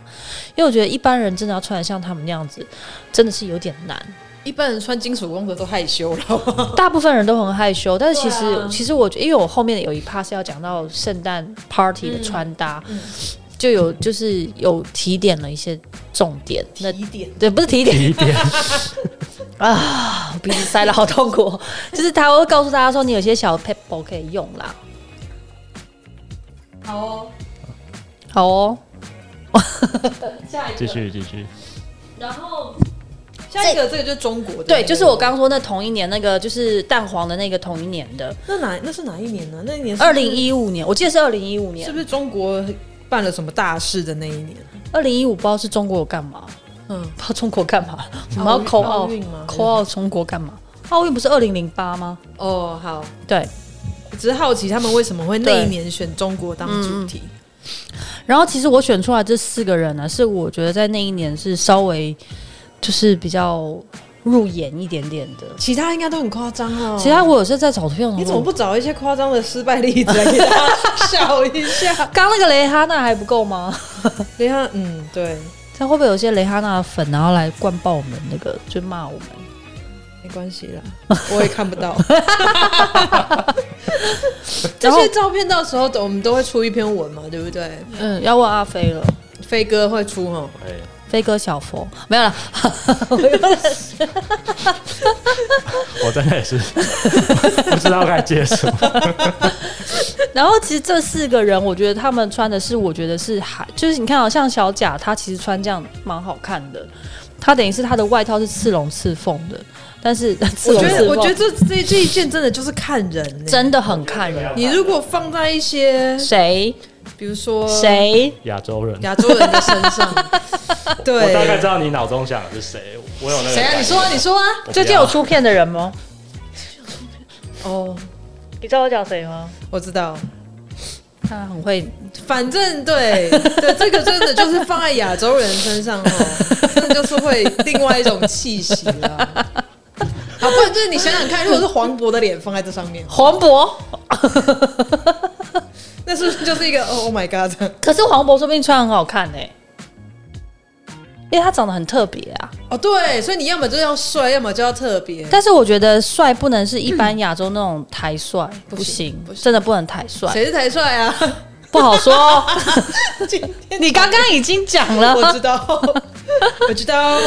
C: 因为我觉得一般人真的要穿得像他们那样子，真的是有点难。
A: 一般人穿金属光泽都害羞了，
C: 大部分人都很害羞，但是其实、
A: 对啊嗯
C: 其实我觉得，因为我后面有一趴是要讲到圣诞 party 的穿搭，就有就是有提点了一些重点。那
A: 提点
C: 对，不是提点
B: 第一点，
C: 啊，我鼻子塞了好痛苦 哦。就是他会告诉大家说，你有些小 pebble 可以用啦。好哦，好哦，呃下一
B: 继续继续，
C: 然后
A: 下一个这个就是中国的，
C: 对，就是我刚刚说那同一年那个就是蛋黄的那个同一年的
A: 那哪那是哪一年呢？那一年是不是
C: 二零一五年，我记得是二零一五年
A: 是，不是中国办了什么大事的那一年？
C: 二零一五不知道是中国有干嘛，
A: 嗯，
C: 不知道中国干嘛，我们要扣
A: 奥
C: 奥
A: 运吗
C: 扣奥中国干嘛？奥运不是二零零八吗？
A: 哦，好，
C: 对，
A: 只是好奇他们为什么会那
C: 对嗯
A: 一年选中国当主题。
C: 然后其实我选出来这四个人呢，是我觉得在那一年是稍微就是比较入眼一点点的。
A: 其他应该都很夸张哦。
C: 其他嗯我有时候在找图片，我想说
A: 你怎么不找一些夸张的失败例子来给大家 笑一下？
C: 刚那个雷哈娜还不够吗？
A: 你看，嗯，对，
C: 他会不会有些雷哈娜的粉，然后来灌爆我们那个，就骂我们？
A: 没关系 啦，我也看不到。这
C: 然后
A: 些照片到时候我们都会出一篇文嘛，对不对？
C: 嗯，要问阿飞了，
A: 飞哥会出哦。
B: 哎，
C: 飞哥小佛没有了，
B: 我真的也是 不知道该接什么。
C: 然后其实这四个人，我觉得他们穿的是，我觉得是还就是你看好像小贾，她其实穿这样蛮好看的。她等于是她的外套是刺龙刺凤的，但是 啊刺
A: 我
C: 龙
A: 觉
C: 刺
A: 得，我觉得
C: 凤
A: 这这这一件真的就是看人、欸，
C: 真的很看人。
A: 你如果放在一些，
C: 谁
A: 比如说
C: 谁
B: 亚洲人，
A: 亚洲人的身 上，对，
B: 我大概知道你脑中想的是谁，我有那个
A: 谁啊？
B: 感
A: 你
B: 觉
A: 说啊，你说啊。
B: 我不要
C: 最近有出片的人吗？
A: 哦，
C: 你知道我讲谁吗？
A: 我知道，
C: 他很会，
A: 反正对对，这个真的就是放在亚洲人身上哦， 真的就是会另外一种气息啦。好，不然就是你想想看，如果是黄渤的脸放在这上 面，
C: 黄渤。
A: 那是不是就是一个 Oh my God 这样？
C: 可是黄渤说不定穿很好看呢、因为他长得很特别啊。
A: 哦，对，所以你要么就要帅，要么就要特别。
C: 但是我觉得帅不能是一般亚洲那种台帅，
A: 不
C: 不
A: 行
C: 行
A: 不，行
C: 真的不能台帅，
A: 谁是才帅 啊？
C: 不好说 哦。
A: 今天
C: 你刚刚已经讲了，
A: 我知道， 我知 道，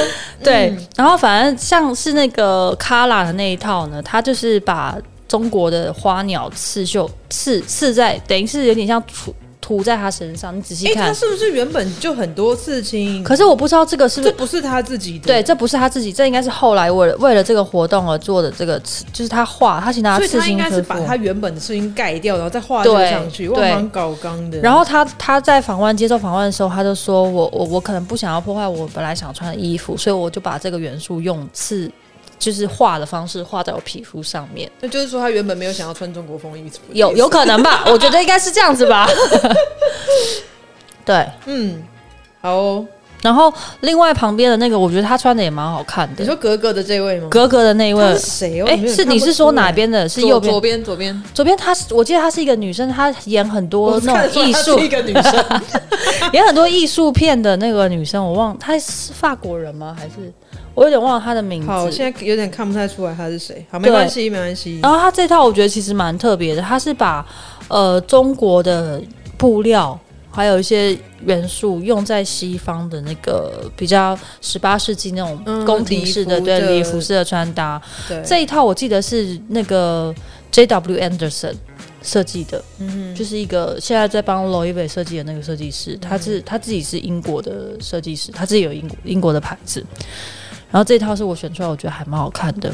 C: 对，
A: 嗯
C: 然后反正像是那个卡拉的那一套呢，它就是把中国的花鸟刺绣刺刺在，等于是有点像涂涂在他身上。你仔
A: 哎、
C: 细看，
A: 他是不是原本就很多刺青？
C: 可是我不知道这个是不
A: 这
C: 是。
A: 不是他自己的，
C: 对，，这不是他自己，这应该是后来为了为了这个活动而做的这个刺，就是他画，他请他
A: 所以
C: 刺
A: 他应
C: 青
A: 该
C: 师
A: 是
C: 傅
A: 把。他原本的刺青盖掉，然后再画这个
C: 对
A: 上去，
C: 对
A: 我蛮搞刚的。
C: 然后他他在访问接受访问的时候，他就说我我我可能不想要破坏我本来想穿的衣服，所以我就把这个元素用刺，就是画的方式画在我皮肤上面。
A: 那就是说，他原本没有想要穿中国风衣服，
C: 有有，可能 吧，我觉得应该是这样子吧。 对，
A: 嗯，好、哦，
C: 然后另外旁边的那个，我觉得他穿的也蛮好看
A: 你
C: 的。
A: 说格格的这位吗？
C: 格格的那一位
A: 他，是谁哦？
C: 哎、
A: 我有点
C: 是
A: 看不
C: 你是
A: 出
C: 说
A: 来
C: 哪？边的？是
A: 左
C: 右边
A: 左？边左边，
C: 左边她是，我记得她是一个女生，她演很多
A: 我
C: 那
A: 看出
C: 种
A: 来
C: 艺
A: 她
C: 术
A: 是一，个女 生，
C: 演很多艺术片的那个女生，我忘她是法国人吗？还是我有点忘了她的名字。
A: 好，我现在有点看不太出来她是谁。好，没关系，没关系
C: 然。后它这套我觉得其实蛮特别的，它是把呃中国的布料还有一些元素用在西方的那个比较十八世纪那
A: 嗯
C: 种宫廷式的、
A: 礼服
C: 对
A: 的
C: 礼服式的穿搭。
A: 对，
C: 这一套我记得是那个 J W Anderson 设计的，
A: 嗯哼，嗯
C: 就是一个现在在帮 Louis V 设计的那个设计师，他是他自己是英国的设计师，他自己有英国英国的牌子。然后这套是我选出来，我觉得还蛮好看的。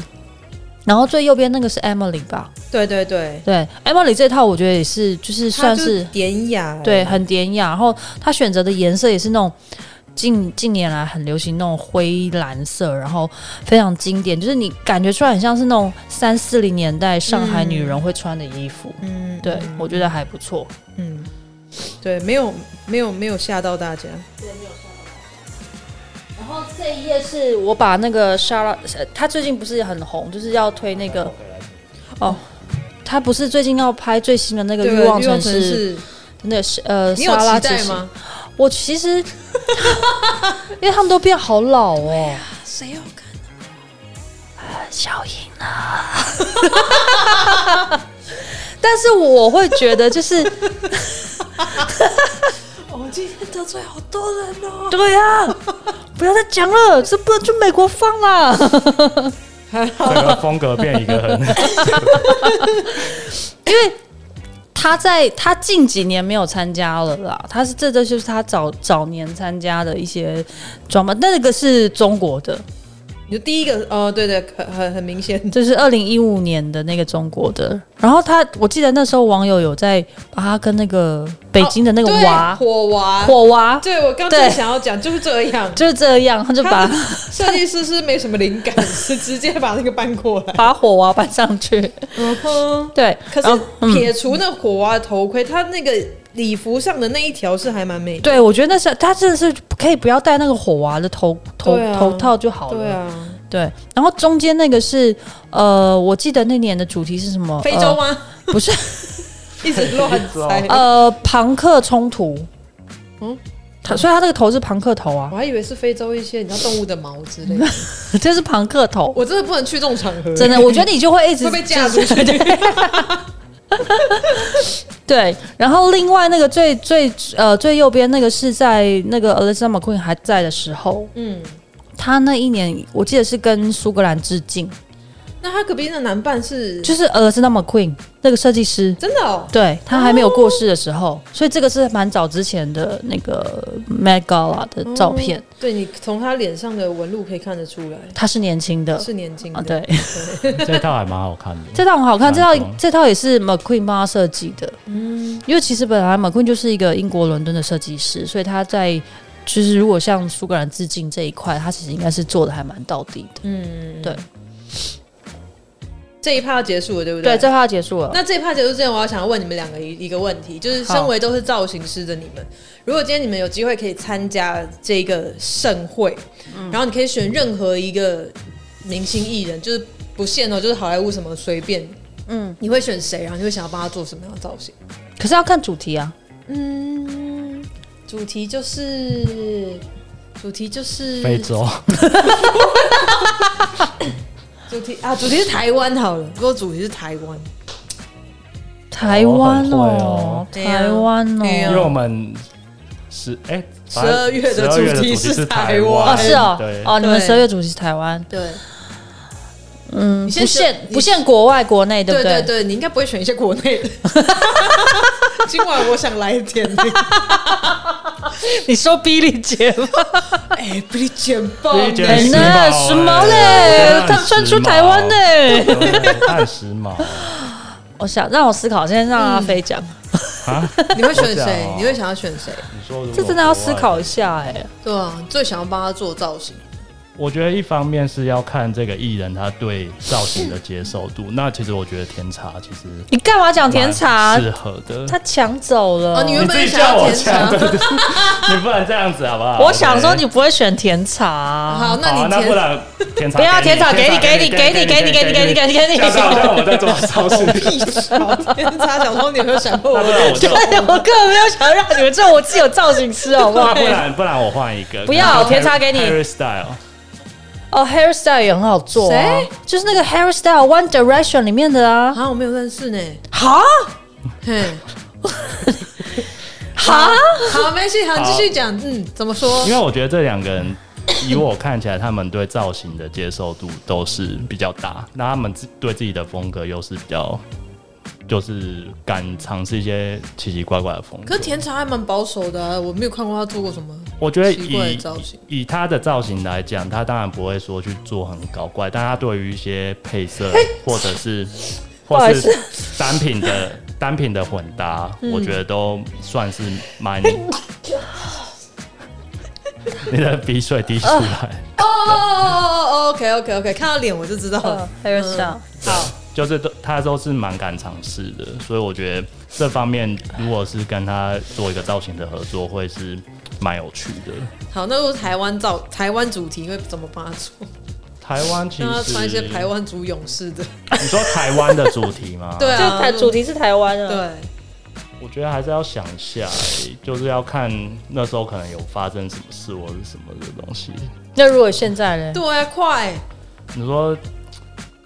C: 然后最右边那个是 Emily 吧？
A: 对对对，
C: 对，Emily 这套我觉得也是，就是算
A: 她就是典雅，
C: 对，很典雅。然后她选择的颜色也是那种近近年来很流行那种灰蓝色，然后非常经典，就是你感觉出来很像是那种三四零年代上海女人会穿的衣服。
A: 嗯，
C: 对，我觉得还不错。
A: 嗯，对，没有没有没有吓到大家。
C: 然后这一页是我把那个莎拉，呃她最近不是很红，就是要推那个哦，她不是最近要拍最新的那个
A: 对，
C: 欲望城
A: 城
C: 市，
A: 市，
C: 那个是呃
A: 你有
C: 莎拉
A: 期
C: 其
A: 待
C: 实
A: 吗？
C: 我 其实，因为他们都变好老哦。
A: 啊谁要看？
C: 小颖 啊， 但是我会觉得就是
A: 哦，今天得罪好多人哦。
C: 对呀、不要再讲了，这不能去美国放啊 啦。
B: 这个风格变一个很
C: 因为他在他近几年没有参加了啦，他是这这就是他早早年参加的一些装扮，那个是中国的，
A: 你就第一个，哦，对对，很很很明显，
C: 就是二零一五年的那个中国的。然后他我记得那时候网友有在把他跟那个北京的那个
A: 对
C: 娃、
A: 火娃，
C: 火娃，
A: 哦对我刚才
C: 对
A: 想要讲就是这样，
C: 就是这样，他就把
A: 他设计师是没什么灵感，是直接把那个搬过来。
C: 把火娃搬上去。
A: 嗯哼，
C: 对，
A: 可
C: 然后
A: 是撇除那火娃的头盔，他那个礼服上的那一条是还蛮美的。
C: 对我觉得那是他真的是可以不要戴那个火娃的头头、
A: 对啊
C: 头套就好了。
A: 对啊，
C: 对，然后中间那个是呃，我记得那年的主题是什么？
A: 非洲吗？
C: 呃、不是，
A: 一直 乱猜，哦
C: 呃，朋克冲突。嗯
A: 嗯，
C: 他所以他这个头是朋克头啊
A: 我，还以为是非洲一些你知道动物的毛之类的。
C: 这是朋克头，
A: 哦我真的不能去这种场合，
C: 嗯真的，我觉得你就会一直
A: 会被架出去。
C: 对。然后另外那个最最呃最右边那个是在那个 Elizabeth McQueen 还在的时候，
A: 嗯，
C: 他那一年我记得是跟苏格兰致敬，
A: 那他隔壁那男伴是
C: 就是 Elizabeth McQueen 那个设计师，
A: 真的哦，
C: 对他还没有过世的时候，所以这个是蛮早之前的那个 Met Gala 的照片，
A: 对你从他脸上的纹路可以看得出来，
C: 他是年轻的
A: 是年轻
C: 啊，
A: 的。
C: 对，
B: 这套还蛮好看的。
C: 这套很好看，这
B: 蛮
C: 套
B: 懂
C: 这套也是 McQueen 帮他设计的，嗯，因为其实本来 McQueen 就是一个英国伦敦的设计师，所以他在就是如果向苏格兰致敬这一块，他其实应该是做的还蛮到底的，
A: 嗯这一趴结束了，对不
C: 对，
A: 对？
C: 这话结束了。
A: 那这一趴结束之前，我要想要问你们两个一一个问题，就是
C: 好
A: 身为都是造型师的你们，如果今天你们有机会可以参加这个盛会，然后你可以选任何一个明星艺人，就是不限哦，就是好莱坞什么随便，嗯，你会选谁？然后你会想要帮他做什么样的造型？
C: 可是要看主题啊，
A: 嗯，主题就是主题就是
B: 非洲，
A: 主题啊，主题是台湾好了，如果主题是台湾，
B: 哦
C: 台湾
B: 我很会
C: 哦
B: 哦，
A: 对啊
C: 台湾
A: 对
B: 因
A: 啊
C: 哦，
B: 为我们十哎反
A: 12月的
B: 12
A: 主题
B: 主题
A: 是
B: 是
A: 台
B: 台
A: 湾
C: 哦
B: 湾，
C: 是哦
B: 对，，
C: 哦，你们
A: 啊对
C: 十二月主题是台湾，
A: 对，
C: 嗯，
A: 你
C: 不
A: 先
C: 限
A: 选
C: 不限国外国内，对不
A: 对
C: 对？
A: 对，你应该不会选一些国内 的。 今晚我想来一点那个，
C: 你说比利姐 吗？
A: 哎，不理解吧？
B: 不理解
C: 哎
B: 很时髦
C: 那
B: 哎
C: 时髦
B: 我觉得
C: 嘞，
B: 很
C: 她穿出
B: 时髦
C: 台湾嘞。
B: 对太时髦
C: 我想让我思考，现在让
A: 嗯
C: 阿飞讲，
B: 啊！
A: 你会选
B: 我讲
A: 谁
B: 哦？
A: 你会想要选谁？
B: 你说如果
C: 这真的要思
B: 国外
C: 考一下哎。
A: 对啊，你最想要帮他做造型。
B: 我觉得一方面是要看这个艺人他对造型的接受度，那其实我觉得甜茶其实
C: 你干嘛讲甜茶
B: 蛮？适合的。
C: 他抢走了
A: 哦你。原
B: 你
A: 本
B: 自己
A: 想要
B: 叫我
A: 甜茶
B: 讲，对对对 你不能这样子好不好？
C: 我想说
B: OK
C: 你不会选甜茶，
A: 好，
B: 好
A: 那
B: 啊
A: 你
B: 那不
A: 填
B: 然甜 茶
C: 不要
B: 给
C: 甜茶给你给你给你给你给你给你给你给你
B: 像这样像我们 在做超市。
A: 屁潮 天差小偷，你有没有想过
B: 那
A: 我？
B: 不然我就，
C: 对，我根本没有想让你们知道我自己有造型师，好不好
B: 那？不然不然我换一个，
C: 不要
B: 可能
C: 甜茶给你
B: Harry Style，
C: 哦，hairstyle 也很好做啊
A: 谁，
C: 就是那个 hairstyle One Direction 里面的啊。
A: 啊，我没有认识呢。
C: 哈
A: 嘿，
C: 哈，
A: 好，没事，好，
B: 好
A: 继续讲。嗯，怎么说
B: 因？为我觉得这两个人，以我看起来，他们对造型的接受度都是比较大，那他们自对自己的风格又是比较，就是敢尝试一些奇奇怪怪的风
A: 可
B: 格
A: 是。甜茶还蛮保守的啊，我没有看过他做过什么。
B: 我觉得
A: 奇怪的
B: 以
A: 造型
B: 以他的造型来讲，他当然不会说去做很搞怪，但他对于一些配色或 者是
C: 好
B: 或
C: 意
B: 是
C: 思
B: 单品的单品的混搭，
A: 嗯
B: 我觉得都算是蛮。
A: Oh
B: 你的鼻水滴 出来，
A: 哦哦哦，OK OK OK，看到脸我就知道了。
C: 呃
A: 嗯
C: hairstyle
A: 好，
B: 就是都他都是蛮敢尝试的，所以我觉得这方面如果是跟他做一个造型的合作，会是蛮有趣的。
A: 好，那如果是台湾造台湾主题会怎么帮他做？
B: 台湾其
A: 让他
B: 实
A: 穿一些台湾族勇士的，
B: 你说台湾的主题吗？
A: 对
C: 这
A: 啊，
C: 台主题是台湾啊。
A: 对，
B: 我觉得还是要想一下欸、就是要看那时候可能有发生什么事或者是什么的东西。
C: 那如果现在呢？
A: 对啊，快，
B: 你说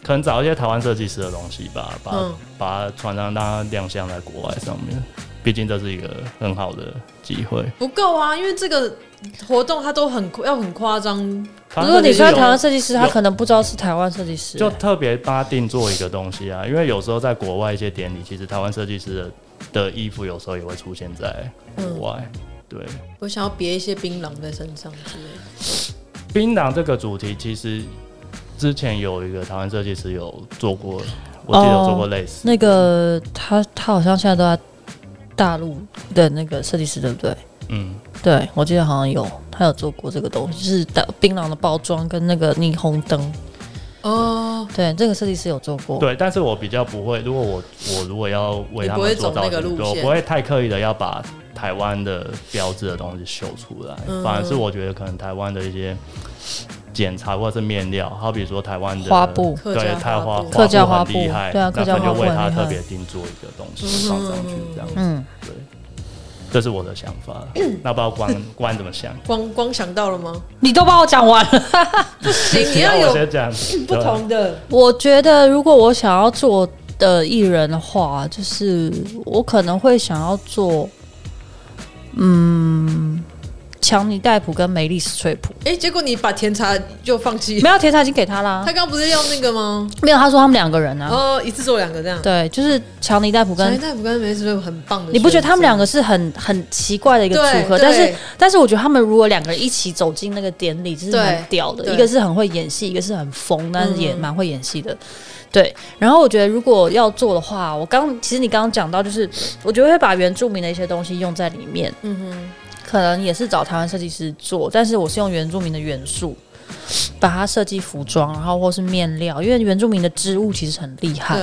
B: 可能找一些台湾设计师的东西吧，把、
A: 嗯
B: 把它穿上，让它亮相在国外上面。毕竟这是一个很好的机会。
A: 不够啊，因为这个活动它都很要很夸张，
B: 反
C: 如
B: 正
C: 果你
B: 就是
C: 说
B: 有
C: 台湾设计师，他
B: 有
C: 可能不知道是台湾设计师、
B: 就特别帮他定做一个东西啊，因为有时候在国外一些典礼，其实台湾设计师的的衣服有时候也会出现在
C: 嗯
B: 国外。对，
A: 我想要别一些槟榔在身上之类的。
B: 槟榔这个主题其实之前有一个台湾设计师有做过，我记得有做过类似。
C: 那个他他好像现在都在大陆的那个设计师，对不对？
A: 哦
B: 嗯，
C: 对，我记得好像有他有做过这个东西，就是打槟榔的包装跟那个霓虹灯。
A: 哦，
C: 对，这个设计师有做过。
B: 对，但是我比较不会，如果我我如果要为
A: 你
B: 他
A: 不会
B: 们做
A: 走那
B: 造
A: 个
B: 型，
A: 路
B: 对我
A: 线
B: 不会太刻意的要把台湾的标志的东西秀出来，
A: 嗯
B: 反而是我觉得可能台湾的一些剪裁或者是面料，好比说台湾的
C: 花布
A: 客
B: 对
A: 家，
B: 台
A: 花
B: 花
A: 布
C: 客家花
B: 很厉
C: 布
B: 害，
C: 对啊客
B: 那
C: 家
B: 可能
C: 花
B: 就为
C: 布很
B: 他
C: 厉
B: 特
C: 害
B: 别定做一个东西放上去，这样
C: 嗯，
B: 对。这是我的想法，那不知道关关怎么想？
A: 光光想到了吗？
C: 你都帮我讲完了。
A: 行，你
B: 那
A: 要
B: 我
A: 有
B: 先讲
A: 不同的，
C: 我觉得如果我想要做的艺人的话，就是我可能会想要做，嗯，强尼戴普跟梅丽史翠 普。
A: 哎、结果你把甜茶就放弃。
C: 没有，甜茶已经给他啦
A: 他。刚刚不是要那个吗？
C: 没有，他说他们两个人啊。
A: 哦，一次做两个这样。
C: 对，就是强尼戴普
A: 小林
C: 跟
A: 大夫跟梅斯瑞很棒的，
C: 你不觉得他们两个是很很奇怪的一个
A: 对
C: 组合？
A: 对
C: 但是但是我觉得他们如果两个人一起走进那个典礼，这是蛮
A: 对
C: 屌的。
A: 对嗯
C: 一个是很会演戏，一个是很疯，但是也蛮会演戏的。对，然后我觉得如果要做的话，我刚其实你刚刚讲到，就是我觉得会把原住民的一些东西用在里面。嗯哼，可能也是找台湾设计师做，但是我是用原住民的元素。把它设计服装，然后或是面料，因为原住民的织物其实很厉害。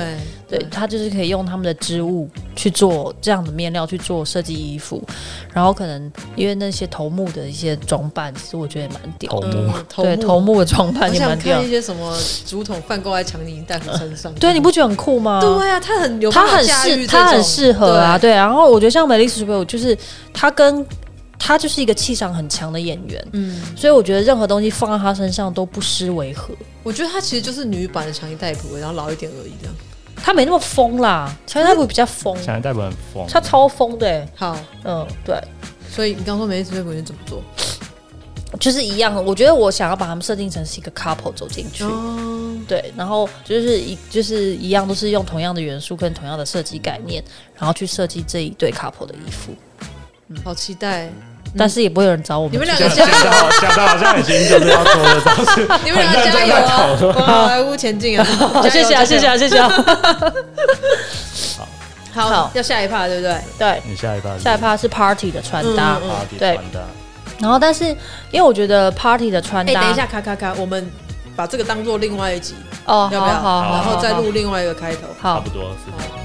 A: 对
C: 对，他就是可以用他们的织物去做这样的面料去做设计衣服，然后可能因为那些头目的一些装扮，其实我觉得也蛮屌
B: 头
C: 的，
B: 目，
A: 哦头
C: 对嗯头目的装扮
A: 我
C: 也蛮
A: 想
C: 屌
A: 看一，些什么竹筒饭过来抢你大夫身上。
C: 对，你不觉得很酷吗？
A: 对啊，他很有
C: 他
A: 办法
C: 很
A: 驾驭这
C: 适，他很
A: 种
C: 适合啊，
A: 对
C: 对。然后我觉得像美丽史翠普，就是他跟他就是一个气场很强的演员，
A: 嗯，
C: 所以我觉得任何东西放在他身上都不失为何。
A: 我觉得他其实就是女版的强尼戴普，然后老一点而已啊这样。
C: 他没那么疯啦，强尼戴普比较疯，
B: 想代表很疯，
C: 他超疯的、欸，
A: 好，
C: 嗯，对。
A: 所以你刚说梅斯瑞普是怎么做？
C: 就是一样，我觉得我想要把他们设定成是一个 couple 走进去，
A: 哦，
C: 对，然后就是一就是一样，都是用同样的元素跟同样的设计概念，然后去设计这一对 couple 的衣服，
A: 嗯好期待！
C: 但是也不会有人找我
A: 嗯你
C: 们
A: 们
C: 去
A: 两个
C: 做。
B: 想
A: 加油，
B: 到想到好像已经就是要做的东西，
A: 你们两个加油啊！哇，来屋前进啊！加油
C: 谢谢啊，谢谢。
A: 加油
C: 啊，谢谢啊。
A: 好
C: 好，
A: 要下一趴对不对？
C: 对，
B: 你下一趴是
C: 下一趴是 party 的穿搭，
A: 嗯
B: party
C: 对
B: 穿搭，
C: 然后但是因为我觉得 party 的穿
A: 哎，
C: 搭，
A: 等一下，咔咔咔，我们嗯哎把这个当做另外一集，
C: 哦，
A: 要
C: 好
A: 不要
C: 好好，
A: 然后再
C: 好
A: 录另外一个开头。
C: 好
B: 差不多是这样。